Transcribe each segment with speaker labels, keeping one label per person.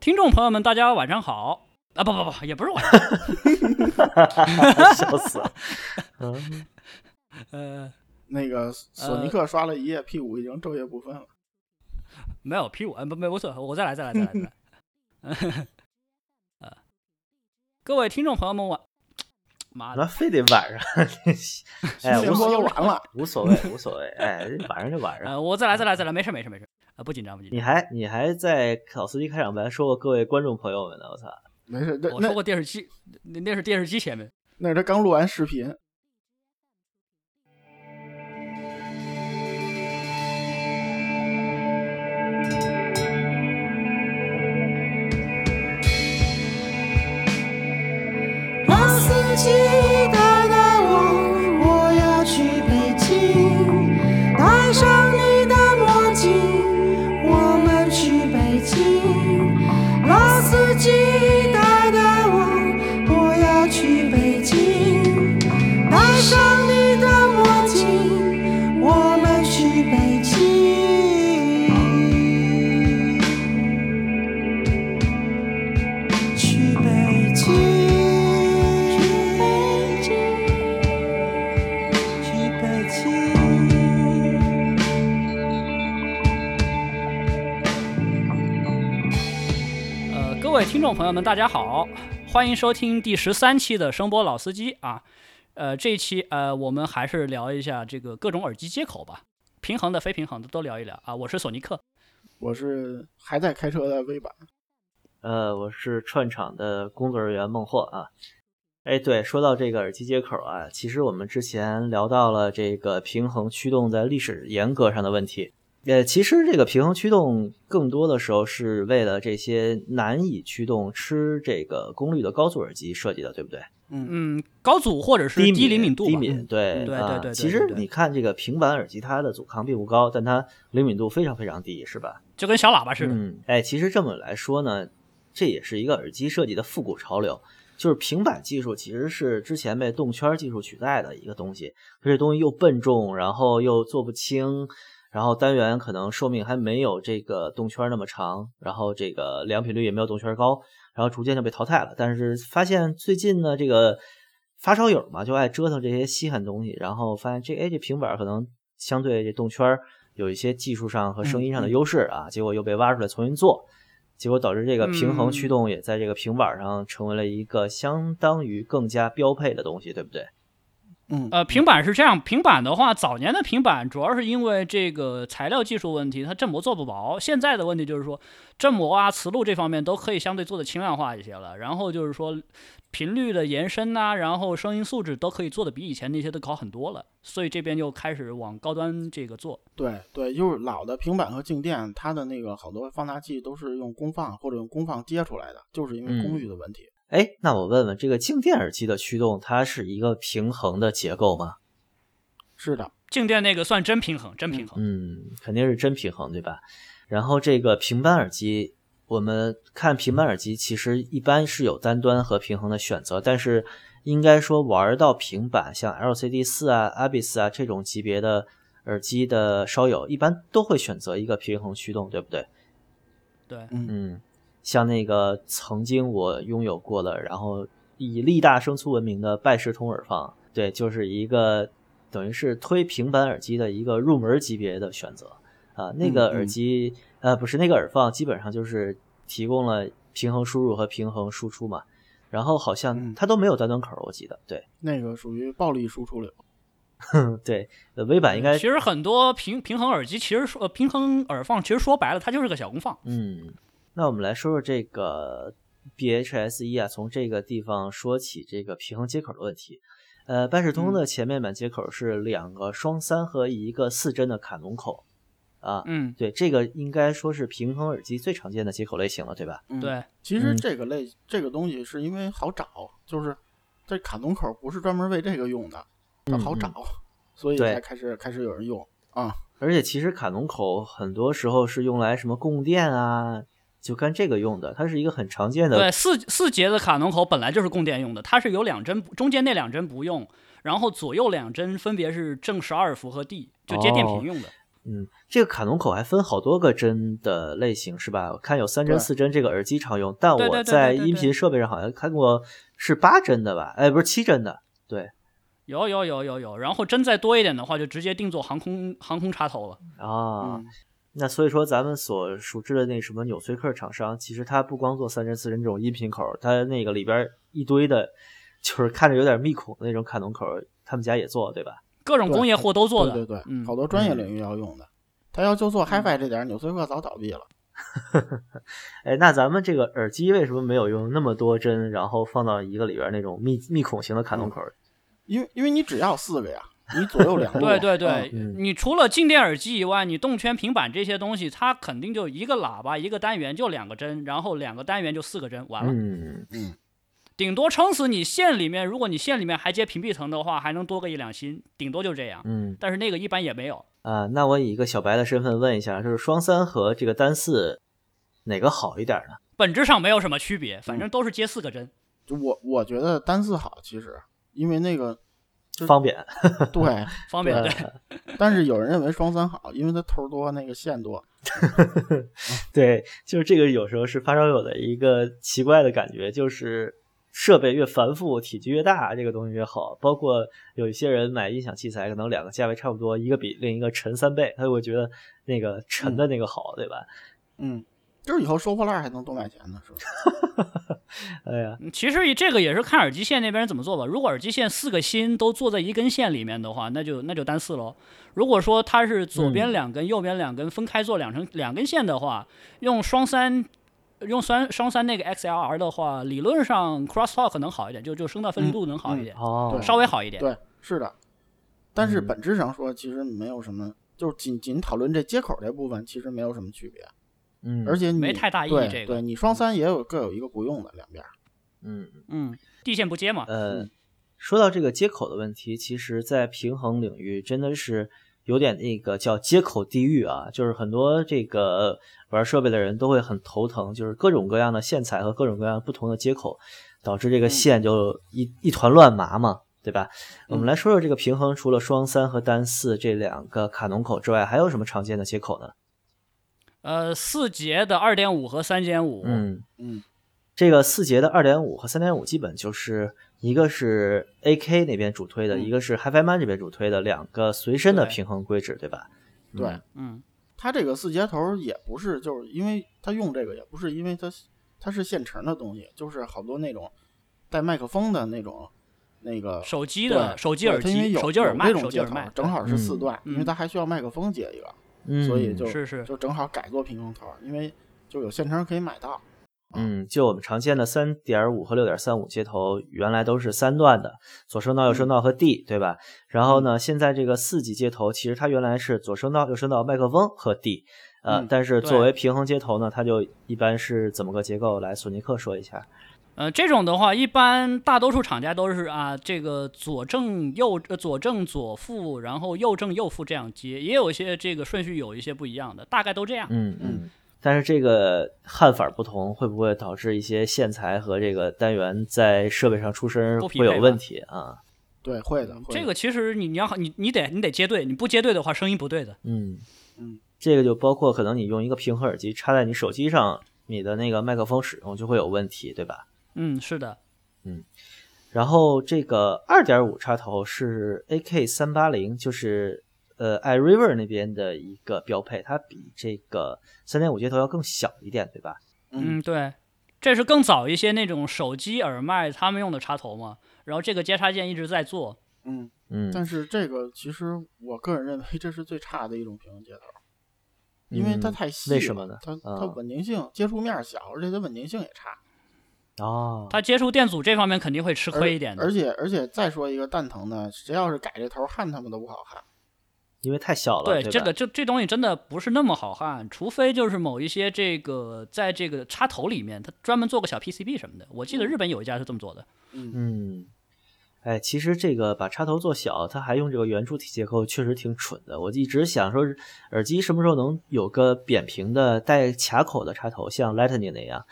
Speaker 1: 听众朋友们，大家晚上好啊！不不不，也不是晚上，
Speaker 2: 笑死了。嗯，
Speaker 1: 呃，
Speaker 3: 那个索
Speaker 2: 呃
Speaker 3: 尼克刷了一夜 P 五，已经昼夜不分了。
Speaker 1: 没有 P 五，呃不没无所谓，我再来再来再来再来。 呃，各位听众朋友们晚，妈
Speaker 2: 那
Speaker 1: 的，
Speaker 2: 非得晚上， 哎，
Speaker 3: 新
Speaker 2: 无所
Speaker 3: 播
Speaker 2: 谓，
Speaker 3: 完了，
Speaker 2: 无所谓，无所谓，哎，晚上就晚上。
Speaker 1: 呃，我再来再来再来，没事没事没事，啊、不紧张不紧
Speaker 2: 你
Speaker 1: 张。
Speaker 2: 还你还在考斯基开场白说过各位观众朋友们呢，我操！
Speaker 3: 没事，这
Speaker 1: 我说
Speaker 3: 那
Speaker 1: 过电视机，那那是电视机前面。
Speaker 3: 那是他刚录完视频。
Speaker 4: 那司机带带我，我要去北京。戴上你的墨镜，我们去北京。那司机带带我，我要去北京。戴上你的墨镜，我们去北京。去北京，去北京，去北京。
Speaker 1: 呃，各位听众朋友们，大家好，欢迎收听第十三期的声波老司机啊。呃，这一期呃，我们还是聊一下这个各种耳机接口吧，平衡的、非平衡的都聊一聊啊。我是索尼克，
Speaker 3: 我是还在开车的微版，
Speaker 2: 呃，我是串场的工作人员孟获啊。哎，对，说到这个耳机接口啊，其实我们之前聊到了这个平衡驱动在历史沿革上的问题。呃，其实这个平衡驱动更多的时候是为了这些难以驱动、吃这个功率的高速耳机设计的，对不对？
Speaker 3: 嗯，
Speaker 1: 嗯，高阻或者是
Speaker 2: 低
Speaker 1: 灵敏度吧
Speaker 2: 低敏，对
Speaker 1: 嗯对
Speaker 2: 啊
Speaker 1: 对对对
Speaker 2: 其
Speaker 1: 对
Speaker 2: 实
Speaker 1: 对
Speaker 2: 你看这个平板耳机，它的阻抗并不高，但它灵敏度非常非常低，是吧？
Speaker 1: 就跟小喇叭似的。
Speaker 2: 嗯，哎，其实这么来说呢，这也是一个耳机设计的复古潮流。就是平板技术其实是之前被动圈技术取代的一个东西，而且东西又笨重，然后又做不轻，然后单元可能寿命还没有这个动圈那么长，然后这个良品率也没有动圈高，然后逐渐就被淘汰了。但是发现最近呢，这个发烧友嘛，就爱折腾这些稀罕东西，然后发现这哎这平板可能相对这动圈儿有一些技术上和声音上的优势啊，结果又被挖出来重新做，结果导致这个平衡驱动也在这个平板上成为了一个相当于更加标配的东西，对不对？
Speaker 3: 嗯，
Speaker 1: 呃，平板是这样，平板的话，早年的平板主要是因为这个材料技术问题，它振膜做不薄。现在的问题就是说，振膜啊、磁路这方面都可以相对做的轻量化一些了。然后就是说，频率的延伸呐、然后声音素质都可以做的比以前那些都高很多了。所以这边就开始往高端这个做。
Speaker 3: 对对，就是老的平板和静电，它的那个好多放大器都是用功放或者用功放接出来的，就是因为功率的问题。
Speaker 2: 哎，那我问问，这个静电耳机的驱动，它是一个平衡的结构吗？
Speaker 3: 是的，
Speaker 1: 静电那个算真平衡，真平衡。
Speaker 2: 嗯，肯定是真平衡，对吧？然后这个平板耳机，我们看平板耳机，其实一般是有单端和平衡的选择，但是应该说玩到平板，像 LCD 四啊、Abis 啊这种级别的耳机的烧友，一般都会选择一个平衡驱动，对不对？
Speaker 1: 对，
Speaker 2: 嗯，像那个曾经我拥有过的，然后以力大声粗闻名的拜氏通耳放，对，就是一个等于是推平板耳机的一个入门级别的选择啊。那个
Speaker 3: 嗯
Speaker 2: 耳
Speaker 3: 嗯
Speaker 2: 机、呃，不是那个耳放，基本上就是提供了平衡输入和平衡输出嘛。然后好像
Speaker 3: 嗯
Speaker 2: 它都没有单端口儿，我记得对，
Speaker 3: 那个属于暴力输出流。
Speaker 2: 对，呃微版应该
Speaker 1: 嗯其实很多平平衡耳机，其实说呃平衡耳放，其实说白了，它就是个小功放。
Speaker 2: 嗯，那我们来说说这个 BHSE 啊，从这个地方说起这个平衡接口的问题。呃，半世通的前面板接口是两个双三和一个四针的卡农口啊，
Speaker 1: 嗯，
Speaker 2: 对，这个应该说是平衡耳机最常见的接口类型了，对吧？
Speaker 3: 嗯，
Speaker 1: 对，
Speaker 3: 其实
Speaker 2: 嗯
Speaker 3: 这个类这个东西是因为好找，就是这卡农口不是专门为这个用的，它好找，所以
Speaker 2: 嗯对
Speaker 3: 才开始开始有人用啊。
Speaker 2: 而且其实卡农口很多时候是用来什么供电啊，就干这个用的，它是一个很常见的
Speaker 1: 对，四四节的卡农口本来就是供电用的，它是有两针，中间那两针不用，然后左右两针分别是正十二伏和 D，就接电
Speaker 2: 哦
Speaker 1: 瓶用的。
Speaker 2: 嗯，这个卡农口还分好多个针的类型是吧？我看有三针、
Speaker 3: 对
Speaker 2: 四针，这个耳机常用，但
Speaker 1: 对对
Speaker 2: 我
Speaker 1: 对对
Speaker 2: 在
Speaker 1: 对对
Speaker 2: 音
Speaker 1: 对
Speaker 2: 频设备上好像看过是八针的吧？哎，不是七针的，
Speaker 1: 有有有有有，然后针再多一点的话，就直接定做航空航空插头了。
Speaker 2: 啊，
Speaker 3: 嗯
Speaker 2: 那所以说咱们所熟知的那什么纽崔克厂商，其实它不光做三针、四针这种音频口，它那个里边一堆的，就是看着有点密孔的那种卡农口，他们家也做，对吧？
Speaker 1: 各种
Speaker 3: 对
Speaker 1: 工业货都做的，
Speaker 3: 对对对，
Speaker 1: 嗯
Speaker 3: 好，多专业领域要用的。他要就做 HiFi 这点儿，纽崔克早倒闭了。
Speaker 2: 哎，那咱们这个耳机为什么没有用那么多针，然后放到一个里边那种密密孔型的
Speaker 1: 嗯
Speaker 2: 卡农口？
Speaker 3: 因为因为你只要四个呀，你左右两 路。
Speaker 1: 对对
Speaker 3: 嗯
Speaker 1: 对，
Speaker 2: 嗯
Speaker 1: 你除了静电耳机以外，你动圈、平板这些东西，它肯定就一个喇叭，一个单元就两个针，然后两个单元就四个针，完了，
Speaker 2: 嗯，
Speaker 1: 顶多撑死你线里面，如果你线里面还接屏蔽层的话，还能多个一两芯，顶多就这样。
Speaker 2: 嗯
Speaker 1: 但是那个一般也没有，
Speaker 2: 啊，那我以一个小白的身份问一下，就是双三和这个单四哪个好一点呢？
Speaker 1: 本质上没有什么区别，反正都是接四个针。
Speaker 3: 就我我觉得单四好，其实因为那个就
Speaker 2: 方便，
Speaker 3: 对，
Speaker 1: 方便对，
Speaker 3: 但是有人认为双三好，因为它头儿多，那个线多。
Speaker 2: 对，就是这个有时候是发烧友的一个奇怪的感觉，就是设备越繁复，体积越大，这个东西越好。包括有一些人买音响器材，可能两个价位差不多，一个比另一个沉三倍，他就会觉得那个沉的那个好，对吧？
Speaker 3: 嗯，就是以后收破烂儿还能多卖钱呢，是吧？
Speaker 2: 哎呀，
Speaker 1: 嗯 其实这个也是看耳机线那边怎么做吧。如果耳机线四个芯都坐在一根线里面的话，那就那就单四喽。如果说它是左边两根、右边两根分开做两成两根线的话，用双三用双双三那个 XLR 的话，理论上 crosstalk 能好一点，就就声道分离度能嗯好一点，
Speaker 2: 哦，
Speaker 1: 稍微好一点。
Speaker 3: 对，是的。但是
Speaker 2: 嗯
Speaker 3: 本质上说，其实没有什么，就是仅仅讨论这接口这部分，其实没有什么区别。
Speaker 2: 嗯，
Speaker 3: 而且你
Speaker 1: 没太大意义
Speaker 3: 对
Speaker 1: 这个
Speaker 3: 对你双三也有各有一个不用的两边儿。
Speaker 2: 嗯。
Speaker 1: 嗯，地线不接嘛。
Speaker 2: 呃
Speaker 3: 嗯，
Speaker 2: 说到这个接口的问题，其实，在平衡领域真的是有点那个叫接口地狱啊，就是很多这个玩设备的人都会很头疼，就是各种各样的线材和各种各样不同的接口，导致这个线就一、一团乱麻嘛，对吧？我们来说说这个平衡，除了双三和单四这两个卡农口之外，还有什么常见的接口呢？
Speaker 1: 呃，四节的二点五和三点五，
Speaker 2: 嗯，
Speaker 3: 嗯，
Speaker 2: 这个四节的二点五和三点五基本就是一个是 AK 那边主推的，
Speaker 3: 嗯
Speaker 2: 一个是 HiFi Man 这边主推的两个随身的
Speaker 1: 对
Speaker 2: 平衡规制，对吧？
Speaker 3: 对，
Speaker 2: 嗯
Speaker 1: 嗯，
Speaker 3: 它这个四接头儿也不是，就是因为它用这个也不是因为它它是现成的东西，就是好多那种带麦克风的那种那个
Speaker 1: 手机的
Speaker 3: 对
Speaker 1: 手机
Speaker 3: 对
Speaker 1: 耳
Speaker 3: 它因为
Speaker 1: 机、
Speaker 3: 有
Speaker 1: 手机耳
Speaker 3: 有
Speaker 1: 麦、
Speaker 3: 这
Speaker 1: 手
Speaker 3: 种
Speaker 1: 机
Speaker 3: 接
Speaker 1: 耳
Speaker 3: 头
Speaker 1: 麦，
Speaker 3: 正好是四
Speaker 2: 嗯
Speaker 3: 段，因为
Speaker 1: 嗯
Speaker 3: 它还需要麦克风接一个，
Speaker 2: 嗯，
Speaker 3: 所以就是
Speaker 1: 是
Speaker 3: 就正好改做平衡头儿，因为就有现成可以买到。
Speaker 2: 嗯，就我们常见的三点五和六点三五接头，原来都是三段的，左声道、右
Speaker 3: 嗯
Speaker 2: 声道和 D，、对吧？然后呢，现在这个四级接头，其实它原来是左声道、右声道、麦克风和 D，呃，
Speaker 3: 嗯
Speaker 2: 但是
Speaker 1: 对
Speaker 2: 作为平衡接头呢，它就一般是怎么个结构？来，索尼克说一下。
Speaker 1: 呃，这种的话，一般大多数厂家都是啊，这个左正右呃左正左负，然后右正右负这样接，也有一些这个顺序有一些不一样的，大概都这样。
Speaker 2: 嗯嗯
Speaker 3: 嗯，
Speaker 2: 但是这个焊法不同，会不会导致一些线材和这个单元在设备上出声
Speaker 1: 不匹
Speaker 2: 会有
Speaker 1: 配吧
Speaker 2: 问题啊？
Speaker 3: 对，会的，会
Speaker 1: 这
Speaker 3: 的
Speaker 1: 个其实你你要你你得你得接对，你不接对的话，声音不对的。
Speaker 2: 嗯
Speaker 3: 嗯，
Speaker 2: 这个就包括可能你用一个平衡耳机插在你手机上，你的那个麦克风使用就会有问题，对吧？
Speaker 1: 嗯，是的，
Speaker 2: 然后这个二点五插头是 AK 三八零，就是呃 iRiver 那边的一个标配，它比这个三点五接头要更小一点，对吧？
Speaker 1: 嗯，对，这是更早一些那种手机耳麦他们用的插头嘛，然后这个接插件一直在做。
Speaker 3: 嗯，
Speaker 2: 嗯，
Speaker 3: 但是这个其实我个人认为这是最差的一种平衡接头，因为它
Speaker 2: 嗯
Speaker 3: 太细了，
Speaker 2: 为什么呢？
Speaker 3: 它它
Speaker 2: 啊
Speaker 3: 稳定性、接触面小，而且它稳定性也差，
Speaker 2: 哦，
Speaker 1: 它接触电阻这方面肯定会吃
Speaker 3: 而
Speaker 1: 亏一点的
Speaker 3: 而。且而且再说一个蛋疼的，谁要是改这头，焊他们都不好焊。
Speaker 2: 因为太小了，
Speaker 1: 对，
Speaker 2: 吧
Speaker 1: 这个这这东西真的不是那么好焊，除非就是某一些这个在这个插头里面，它专门做个小 PCB 什么的。我记得日本有一家是这么做的。
Speaker 3: 嗯，
Speaker 2: 嗯，哎，其实这个把插头做小，它还用这个圆柱体结构，确实挺蠢的。我一直想说，耳机什么时候能有个扁平的带卡口的插头，像 Lightning 那样，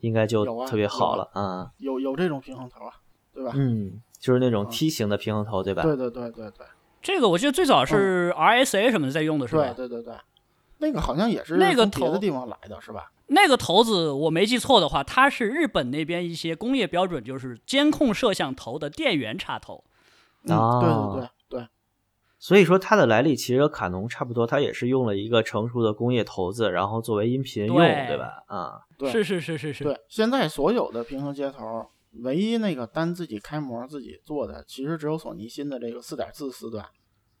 Speaker 2: 应该
Speaker 3: 有
Speaker 2: 就
Speaker 3: 啊
Speaker 2: 特别
Speaker 3: 有
Speaker 2: 好
Speaker 3: 啊
Speaker 2: 了啊。
Speaker 3: 有有这种平衡头啊，对吧？
Speaker 2: 嗯，就是那种
Speaker 3: 嗯
Speaker 2: 梯形的平衡头，对吧？
Speaker 3: 对对对对对，
Speaker 1: 这个我记得最早是 RSA 什么的在用的是吧？
Speaker 3: 嗯对对对对，那个好像也是
Speaker 1: 那个
Speaker 3: 从别
Speaker 1: 头
Speaker 3: 的地方来的是吧？
Speaker 1: 那个头子我没记错的话，它是日本那边一些工业标准，就是监控摄像头的电源插头。
Speaker 3: 嗯，对对
Speaker 2: 哦
Speaker 3: 对对，
Speaker 2: 所以说它的来历其实和卡农差不多，它也是用了一个成熟的工业头子，然后作为音频用，
Speaker 1: 对
Speaker 2: 对吧？啊、
Speaker 3: 对
Speaker 1: 是是是是是，
Speaker 3: 对，现在所有的平衡接头，唯一那个单自己开模自己做的，其实只有索尼新的这个四点四四段。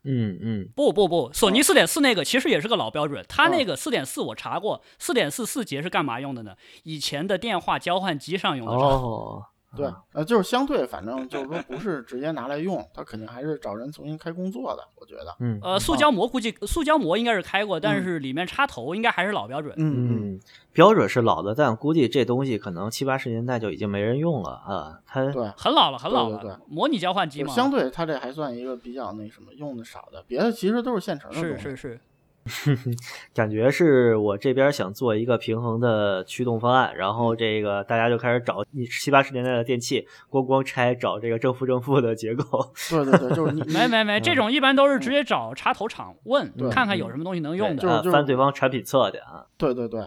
Speaker 2: 嗯嗯，
Speaker 1: 不不不，索尼
Speaker 3: 嗯
Speaker 1: 四点四那个其实也是个老标准，它
Speaker 3: 嗯
Speaker 1: 那个四点四我查过，四点四四节是干嘛用的呢？以前的电话交换机上用的。
Speaker 2: 哦，
Speaker 3: 对
Speaker 2: 啊，
Speaker 3: 呃，就是相对，反正就是说不是直接拿来用，它肯定还是找人重新开工作的，我觉得。
Speaker 2: 嗯
Speaker 1: 呃，塑胶膜估计塑胶膜应该是开过，但是里面插头应该还是老标准。
Speaker 3: 嗯嗯嗯，
Speaker 2: 嗯，标准是老的，但估计这东西可能七八十年代就已经没人用了啊。它
Speaker 3: 对，
Speaker 1: 很老了，很老了，
Speaker 3: 对对对
Speaker 1: 模拟交换机
Speaker 3: 就
Speaker 1: 嘛，
Speaker 3: 相对它这还算一个比较那什么用的少的，别的其实都是现成的东
Speaker 1: 是
Speaker 3: 西。
Speaker 1: 是是，
Speaker 2: 感觉是我这边想做一个平衡的驱动方案，然后这个大家就开始找你七八十年代的电器，咣咣拆，找这个正负正负的结构。
Speaker 3: 对对 对，就是你
Speaker 1: 没没没，这种一般都是直接找插头厂问，
Speaker 3: 嗯对
Speaker 1: 看看有什么东西能用
Speaker 2: 对
Speaker 1: 的。
Speaker 3: 是
Speaker 2: 啊
Speaker 3: 就是
Speaker 2: 翻对方产品侧去 啊。
Speaker 3: 对对对，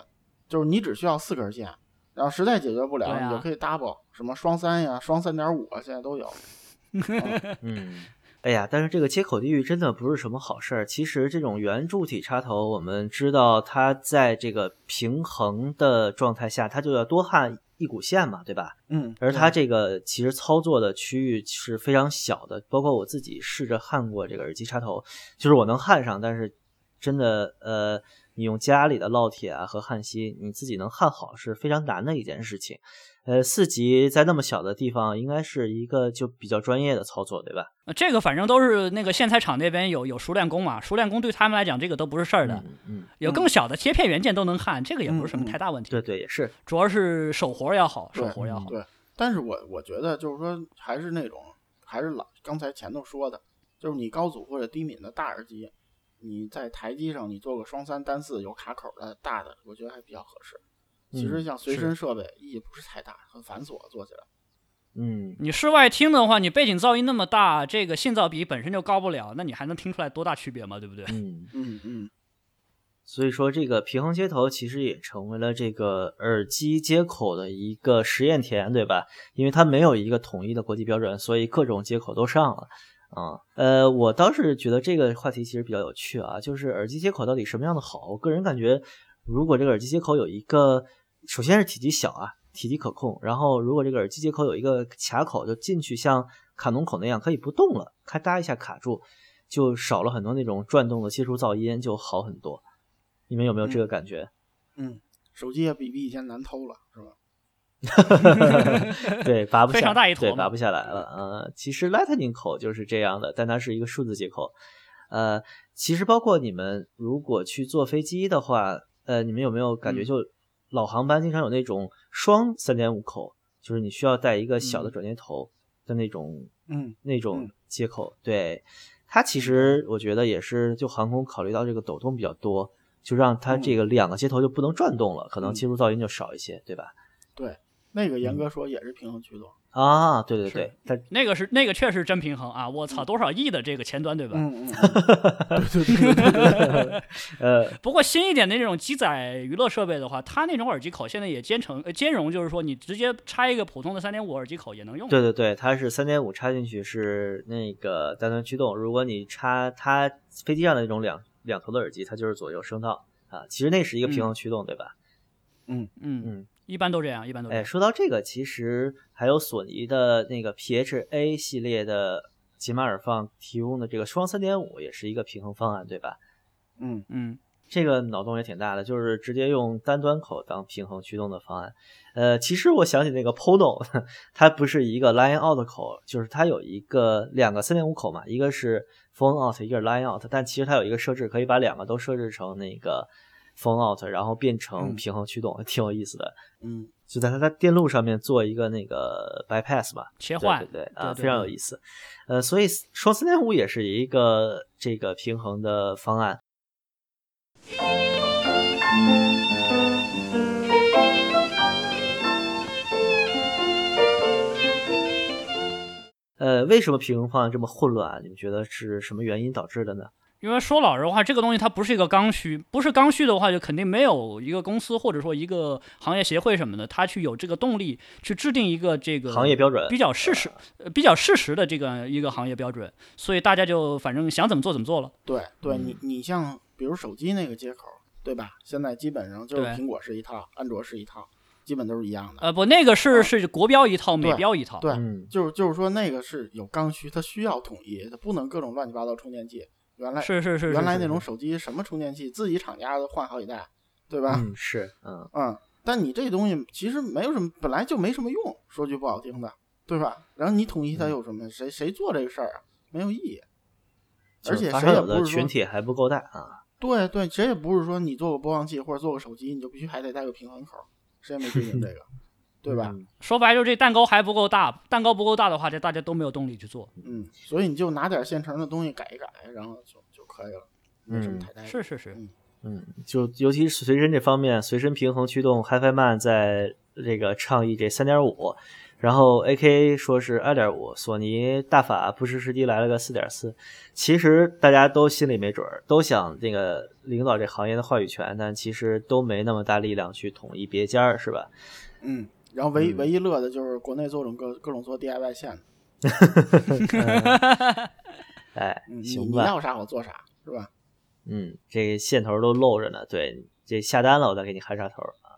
Speaker 3: 就是你只需要四根线，然后实在解决不了，
Speaker 1: 对啊
Speaker 3: 你就可以 double 什么双三呀、双三点五啊，现在都有。
Speaker 2: 嗯，哎呀，但是这个接口地域真的不是什么好事儿。其实这种圆柱体插头，我们知道它在这个平衡的状态下，它就要多焊一股线嘛，对吧？
Speaker 3: 嗯，
Speaker 2: 而它这个其实操作的区域是非常小的，包括我自己试着焊过这个耳机插头，就是我能焊上，但是真的呃，你用家里的烙铁啊和焊锡，你自己能焊好是非常难的一件事情。呃，四级在那么小的地方，应该是一个就比较专业的操作，对吧？
Speaker 1: 呃这个反正都是那个线材厂那边有有熟练工嘛，熟练工对他们来讲这个都不是事儿的。
Speaker 2: 嗯嗯，
Speaker 1: 有更小的贴片元件都能焊，这个也不是什么太大问题。
Speaker 2: 对对，也是，
Speaker 1: 主要是手活儿要好，手
Speaker 3: 嗯对嗯
Speaker 1: 活儿要好。
Speaker 3: 对，但是我我觉得就是说，还是那种，还是老刚才前头说的，就是你高阻或者低敏的大耳机，你在台机上你做个双三单四有卡口的大的，我觉得还比较合适。其实
Speaker 2: 嗯
Speaker 3: 像随身设备意义不是太大，很繁琐做起来。
Speaker 2: 嗯，
Speaker 1: 你室外听的话，你背景噪音那么大，这个信噪比本身就高不了，那你还能听出来多大区别吗？对不对？
Speaker 2: 嗯，
Speaker 3: 嗯嗯，
Speaker 2: 所以说这个平衡接头其实也成为了这个耳机接口的一个实验田，对吧？因为它没有一个统一的国际标准，所以各种接口都上了。啊、呃，我倒是觉得这个话题其实比较有趣啊，就是耳机接口到底什么样的好？我个人感觉，如果这个耳机接口有一个，首先是体积小啊，体积可控，然后如果这个耳机接口有一个卡口，就进去像卡农口那样可以不动了，咔嗒一下卡住，就少了很多那种转动的接触噪音，就好很多。你们有没有这
Speaker 1: 嗯
Speaker 2: 个感觉？
Speaker 3: 手机也比比以前难偷了，是吧？嗯
Speaker 2: 对，拔不下
Speaker 1: 非常大一坨
Speaker 2: 对，
Speaker 1: 嘛
Speaker 2: 拔不下来了。呃，其实 Lightning 口就是这样的，但它是一个数字接口。呃，其实包括你们如果去坐飞机的话，呃，你们有没有感觉
Speaker 3: 嗯
Speaker 2: 就老航班经常有那种双三点五口，就是你需要带一个小的
Speaker 3: 嗯
Speaker 2: 转接头的那种
Speaker 3: 嗯
Speaker 2: 那种
Speaker 3: 嗯
Speaker 2: 接口。对，它其实我觉得也是，就航空考虑到这个抖动比较多，就让它
Speaker 1: 嗯
Speaker 2: 这个两个接头就不能转动了，可能
Speaker 3: 嗯
Speaker 2: 接触噪音就少一些，对吧？
Speaker 3: 那个
Speaker 1: 嗯
Speaker 3: 严格说也是平衡驱动。
Speaker 2: 啊，对对
Speaker 1: 是
Speaker 2: 对，它
Speaker 1: 那个是那个确实真平衡啊！我操，
Speaker 2: 嗯
Speaker 1: 多少亿的这个前端对吧？
Speaker 3: 嗯嗯，嗯对对对对对对。
Speaker 2: 呃，
Speaker 1: 不过新一点的那种机载娱乐设备的话，它那种耳机口现在也兼程呃兼容，就是说你直接插一个普通的三点五耳机口也能用。
Speaker 2: 对对对，它是三点五插进去是那个单端驱动，如果你插它飞机上的那种两两头的耳机，它就是左右声道啊。其实那是一个平衡驱动，对吧？
Speaker 1: 嗯，
Speaker 2: 嗯，
Speaker 1: 一般都这样，一般都这
Speaker 2: 哎，
Speaker 1: 样。
Speaker 2: 说到这个，其实还有索尼的那个 PHA 系列的吉马耳放提供的这个双三点五也是一个平衡方案，对吧？
Speaker 3: 嗯
Speaker 1: 嗯，
Speaker 2: 这个脑洞也挺大的，就是直接用单端口当平衡驱动的方案。呃，其实我想起那个 Pono，它不是一个 line out 口，就是它有一个两个三点五口嘛，一个是 phone out，一个是 line out，但其实它有一个设置，可以把两个都设置成那个 phone out，然后变成
Speaker 3: 嗯
Speaker 2: 平衡驱动， 挺有意思的。
Speaker 3: 嗯
Speaker 2: 就在它在电路上面做一个那个 bypass 吧，
Speaker 1: 切
Speaker 2: 对
Speaker 1: 换
Speaker 2: 对对
Speaker 1: 对
Speaker 2: 啊，
Speaker 1: 对
Speaker 2: 非常有
Speaker 1: 对
Speaker 2: 意思。呃，所以双三点五也是一个这个平衡的方案。呃，为什么平衡方案这么混乱啊？你们觉得是什么原因导致的呢？
Speaker 1: 因为说老实话，这个东西它不是一个刚需，不是刚需的话，就肯定没有一个公司或者说一个行业协会什么的，它去有这个动力去制定一个这个
Speaker 2: 行业标准
Speaker 1: 比较事实、呃比较事实的这个一个行业标准，所以大家就反正想怎么做怎么做了。
Speaker 3: 对对，
Speaker 1: 嗯
Speaker 3: 你你像比如手机那个接口，对吧？现在基本上就是
Speaker 1: 对
Speaker 3: 苹果是一套，安卓是一套，基本都是一样的。
Speaker 1: 呃，不，那个是
Speaker 3: 啊
Speaker 1: 是国标一套，美
Speaker 3: 对
Speaker 1: 标一套。
Speaker 3: 对，
Speaker 2: 嗯，
Speaker 3: 就是就是说那个是有刚需，它需要统一，它不能各种乱七八糟充电器。原来
Speaker 1: 是是是，
Speaker 3: 原来
Speaker 1: 是
Speaker 3: 那种
Speaker 1: 是
Speaker 3: 手机什么充电器，自己厂家都换好几代，对吧？
Speaker 2: 嗯是，嗯
Speaker 3: 嗯，但你这东西其实没有什么，本来就没什么用。说句不好听的，对吧？然后你统一它有什么？谁谁做这个事儿啊？没有意义。而且
Speaker 2: 发
Speaker 3: 谁
Speaker 2: 烧
Speaker 3: 也
Speaker 2: 友
Speaker 3: 不
Speaker 2: 的
Speaker 3: 是说
Speaker 2: 群体还不够大啊，
Speaker 3: 对对，谁也不是说你做个播放器或者做个手机，你就必须还得带个平衡口，谁也没规定这个，对吧？
Speaker 2: 嗯？
Speaker 1: 说白了就是这蛋糕还不够大，蛋糕不够大的话，这大家都没有动力去做。
Speaker 3: 嗯，所以你就拿点现成的东西改一改，然后就就可以了，没什么
Speaker 2: 嗯
Speaker 3: 太大。
Speaker 1: 是是是，
Speaker 2: 嗯，就尤其是随身这方面，随身平衡驱动 HiFi Man 在这个倡议这三点五，然后 AK 说是二点五，索尼大法不时时机来了个四点四。其实大家都心里没准儿，都想这个领导这行业的话语权，但其实都没那么大力量去统一别尖儿，是吧？
Speaker 3: 嗯，然后唯
Speaker 2: 嗯
Speaker 3: 唯一乐的就是国内做种各各种做 DIY 线的，
Speaker 2: 哎
Speaker 3: 嗯，你
Speaker 2: 行
Speaker 3: 你
Speaker 2: 吧，
Speaker 3: 要啥我做啥，是吧？
Speaker 2: 嗯，这个线头都露着呢，对，这下单了我再给你焊插头儿啊。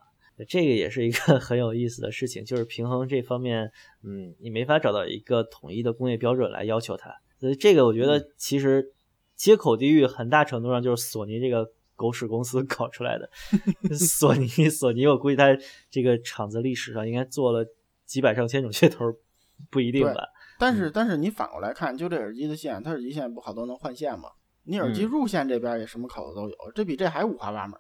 Speaker 2: 这个也是一个 很有意思的事情，就是平衡这方面，嗯，你没法找到一个统一的工业标准来要求它，所以这个我觉
Speaker 3: 嗯
Speaker 2: 得其实接口地域很大程度上就是索尼这个狗屎公司 搞出 来的。索尼，索尼，我估计它这个厂子历史上应该做了几百上千种接头儿，不一定
Speaker 3: 对
Speaker 2: 吧？嗯
Speaker 3: 但是但是你反过来看，就这耳机的线，它耳机线不好多能换线吗？你耳机
Speaker 2: 嗯
Speaker 3: 入线这边也什么口子都有，这比这还五花八门。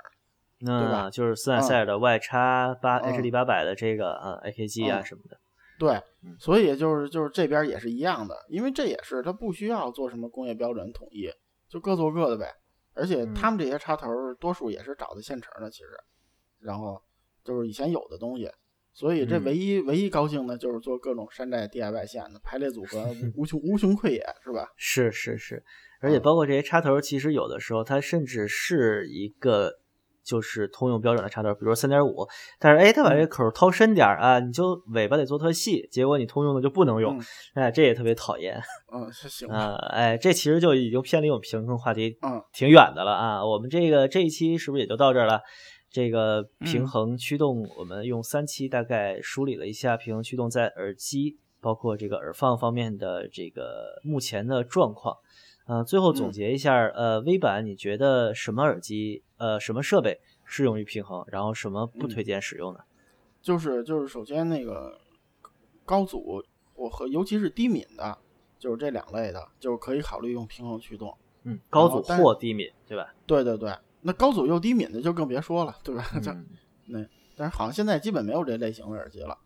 Speaker 3: 对吧
Speaker 2: 嗯，就是斯坦塞尔的 Y 叉八
Speaker 3: 嗯
Speaker 2: HD 八百的这个啊 AKG 啊
Speaker 3: 嗯
Speaker 2: 什么的，
Speaker 3: 对
Speaker 2: 嗯，
Speaker 3: 所以就是就是这边也是一样的，因为这也是它不需要做什么工业标准统一，就各做各的呗。而且
Speaker 2: 嗯
Speaker 3: 他们这些插头儿多数也是找的现成的，其实，然后就是以前有的东西，所以这
Speaker 2: 嗯
Speaker 3: 唯一、唯一高兴的就是做各种山寨 DIY 线的排列组 合，无无穷无穷匮也是吧？
Speaker 2: 是是是，而且
Speaker 3: 嗯
Speaker 2: 包括这些插头，其实有的时候它甚至是一个就是通用标准的插头，比如三点五，但是哎，它把
Speaker 3: 嗯
Speaker 2: 这口掏深点儿啊，你就尾巴得做特细，结果你通用的就不能用
Speaker 3: 嗯，
Speaker 2: 哎，这也特别讨厌
Speaker 3: 嗯，是行吧，
Speaker 2: 啊，哎，这其实就已经偏离我们平衡话题
Speaker 3: 嗯
Speaker 2: 挺远的了啊，我们这个这一期是不是也就到这儿了？这个平
Speaker 1: 嗯
Speaker 2: 衡驱动，我们用三期大概梳理了一下平衡驱动在耳机包括这个耳放方面的这个目前的状况。呃，最后总
Speaker 3: 嗯
Speaker 2: 结一下，呃微版你觉得什么耳机，呃，什么设备适用于平衡，然后什么不
Speaker 3: 嗯
Speaker 2: 推荐使用呢？
Speaker 3: 就是就是首先那个高阻我和尤其是低敏的，就是这两类的，就是可以考虑用平衡驱动。
Speaker 2: 嗯，高阻
Speaker 3: 哦但是
Speaker 2: 或低敏，对吧？
Speaker 3: 对对对，那高阻又低敏的就更别说了，对吧？ 这、
Speaker 2: 嗯
Speaker 3: 但是好像现在基本没有这类型的耳机了。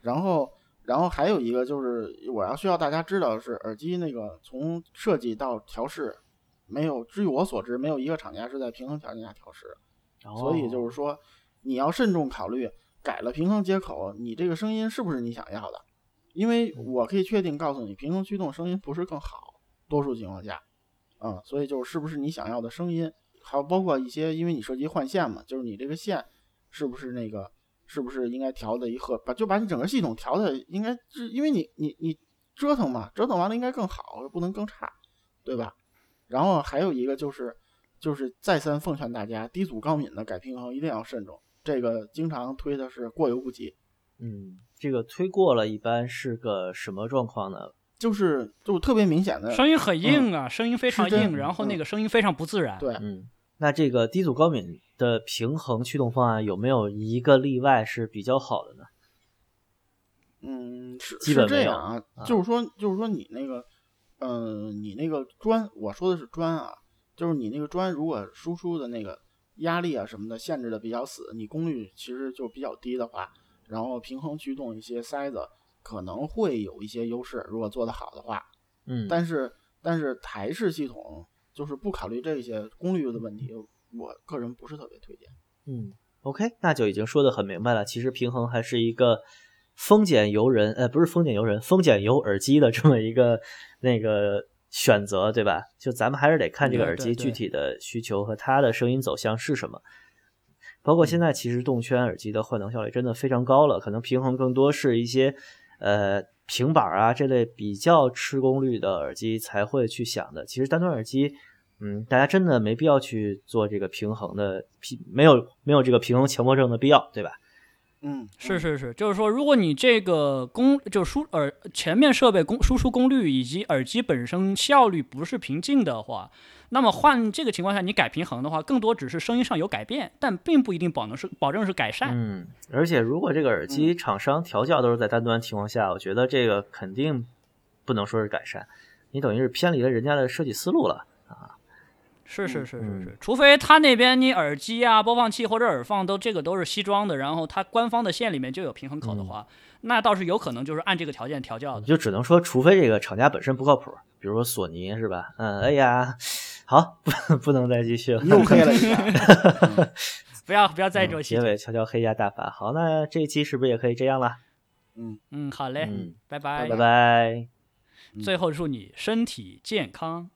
Speaker 3: 然后，然后还有一个就是我要需要大家知道的是，耳机那个从设计到调试，没有，据我所知，没有一个厂家是在平衡条件下调试。所以
Speaker 2: 哦
Speaker 3: 就是说，你要慎重考虑改了平衡接口，你这个声音是不是你想要的？因为我可以确定告诉你，平衡驱动声音不是更好，多数情况下，嗯，所以就是是不是你想要的声音，还有包括一些，因为你涉及换线嘛，就是你这个线是不是那个，是不是应该调的一和，把就把你整个系统调的应该是，因为你你你折腾嘛，折腾完了应该更好，不能更差，对吧？然后还有一个就是，就是再三奉劝大家，低阻高敏的改平衡一定要慎重。这个经常推的是过犹不及，
Speaker 2: 嗯，这个推过了，一般是个什么状况呢？
Speaker 3: 就是就特别明显的，
Speaker 1: 声音很硬啊，声音非常
Speaker 3: 嗯是真
Speaker 1: 硬，然后那
Speaker 3: 嗯
Speaker 1: 个声音非常不自然。
Speaker 3: 对，
Speaker 2: 嗯，那这个低阻高敏的平衡驱动方案有没有一个例外是比较好的呢？
Speaker 3: 嗯，是
Speaker 2: 基
Speaker 3: 是
Speaker 2: 本
Speaker 3: 这
Speaker 2: 没有
Speaker 3: 样啊，
Speaker 2: 啊
Speaker 3: 就是说就是说你那个，呃，你那个砖，我说的是砖啊，就是你那个砖如果输出的那个压力啊什么的限制的比较死，你功率其实就比较低的话，然后平衡驱动一些塞子可能会有一些优势，如果做得好的话，
Speaker 2: 嗯，
Speaker 3: 但是但是台式系统就是不考虑这些功率的问题，我个人不是特别推荐。
Speaker 2: 嗯，OK，那就已经说得很明白了。其实平衡还是一个丰俭由人，呃，不是丰俭由人，丰俭由耳机的这么一个那个选择，对吧？就咱们还是得看这个
Speaker 1: 对
Speaker 2: 耳
Speaker 1: 对
Speaker 2: 机具
Speaker 1: 对
Speaker 2: 体的需求和它的声音走向是什么。包
Speaker 1: 嗯
Speaker 2: 括现在，其实动圈耳机的换挡效率真的非常高了，可能平衡更多是一些呃平板儿啊这类比较吃功率的耳机才会去想的。其实单端耳机，嗯，大家真的没必要去做这个平衡的，平没有没有这个平衡强迫症的必要，对吧？
Speaker 3: 嗯，
Speaker 1: 是是是，就是说，如果你这个功就是输耳前面设备功输出功率以及耳机本身效率不是平静的话，那么换这个情况下你改平衡的话，更多只是声音上有改变，但并不一定保能是保证是改善。
Speaker 2: 嗯，而且如果这个耳
Speaker 1: 嗯
Speaker 2: 机厂商调教都是在单端情况下，我觉得这个肯定不能说是改善，你等于是偏离了人家的设计思路了。
Speaker 1: 是是是是
Speaker 2: 嗯
Speaker 1: 是，除非他那边你耳机啊、播放器或者耳放都这个都是西装的，然后它官方的线里面就有平衡
Speaker 2: 嗯
Speaker 1: 口的话，那倒是有可能就是按这个条件调教
Speaker 2: 你
Speaker 1: 的。
Speaker 2: 就只能说，除非这个厂家本身不靠谱，比如说索尼是吧？嗯，哎呀，好，不不能再继续了。
Speaker 3: 又黑了一下。
Speaker 1: 不要不要再这
Speaker 2: 嗯
Speaker 1: 细
Speaker 2: 结
Speaker 1: 节。
Speaker 2: 尾悄悄黑一下大法。好，那这一期是不是也可以这样
Speaker 1: 哎
Speaker 2: 了？
Speaker 3: 嗯，
Speaker 1: 嗯，好嘞，
Speaker 2: 嗯
Speaker 1: 拜拜
Speaker 2: 拜拜。
Speaker 1: 最后祝你身体健康。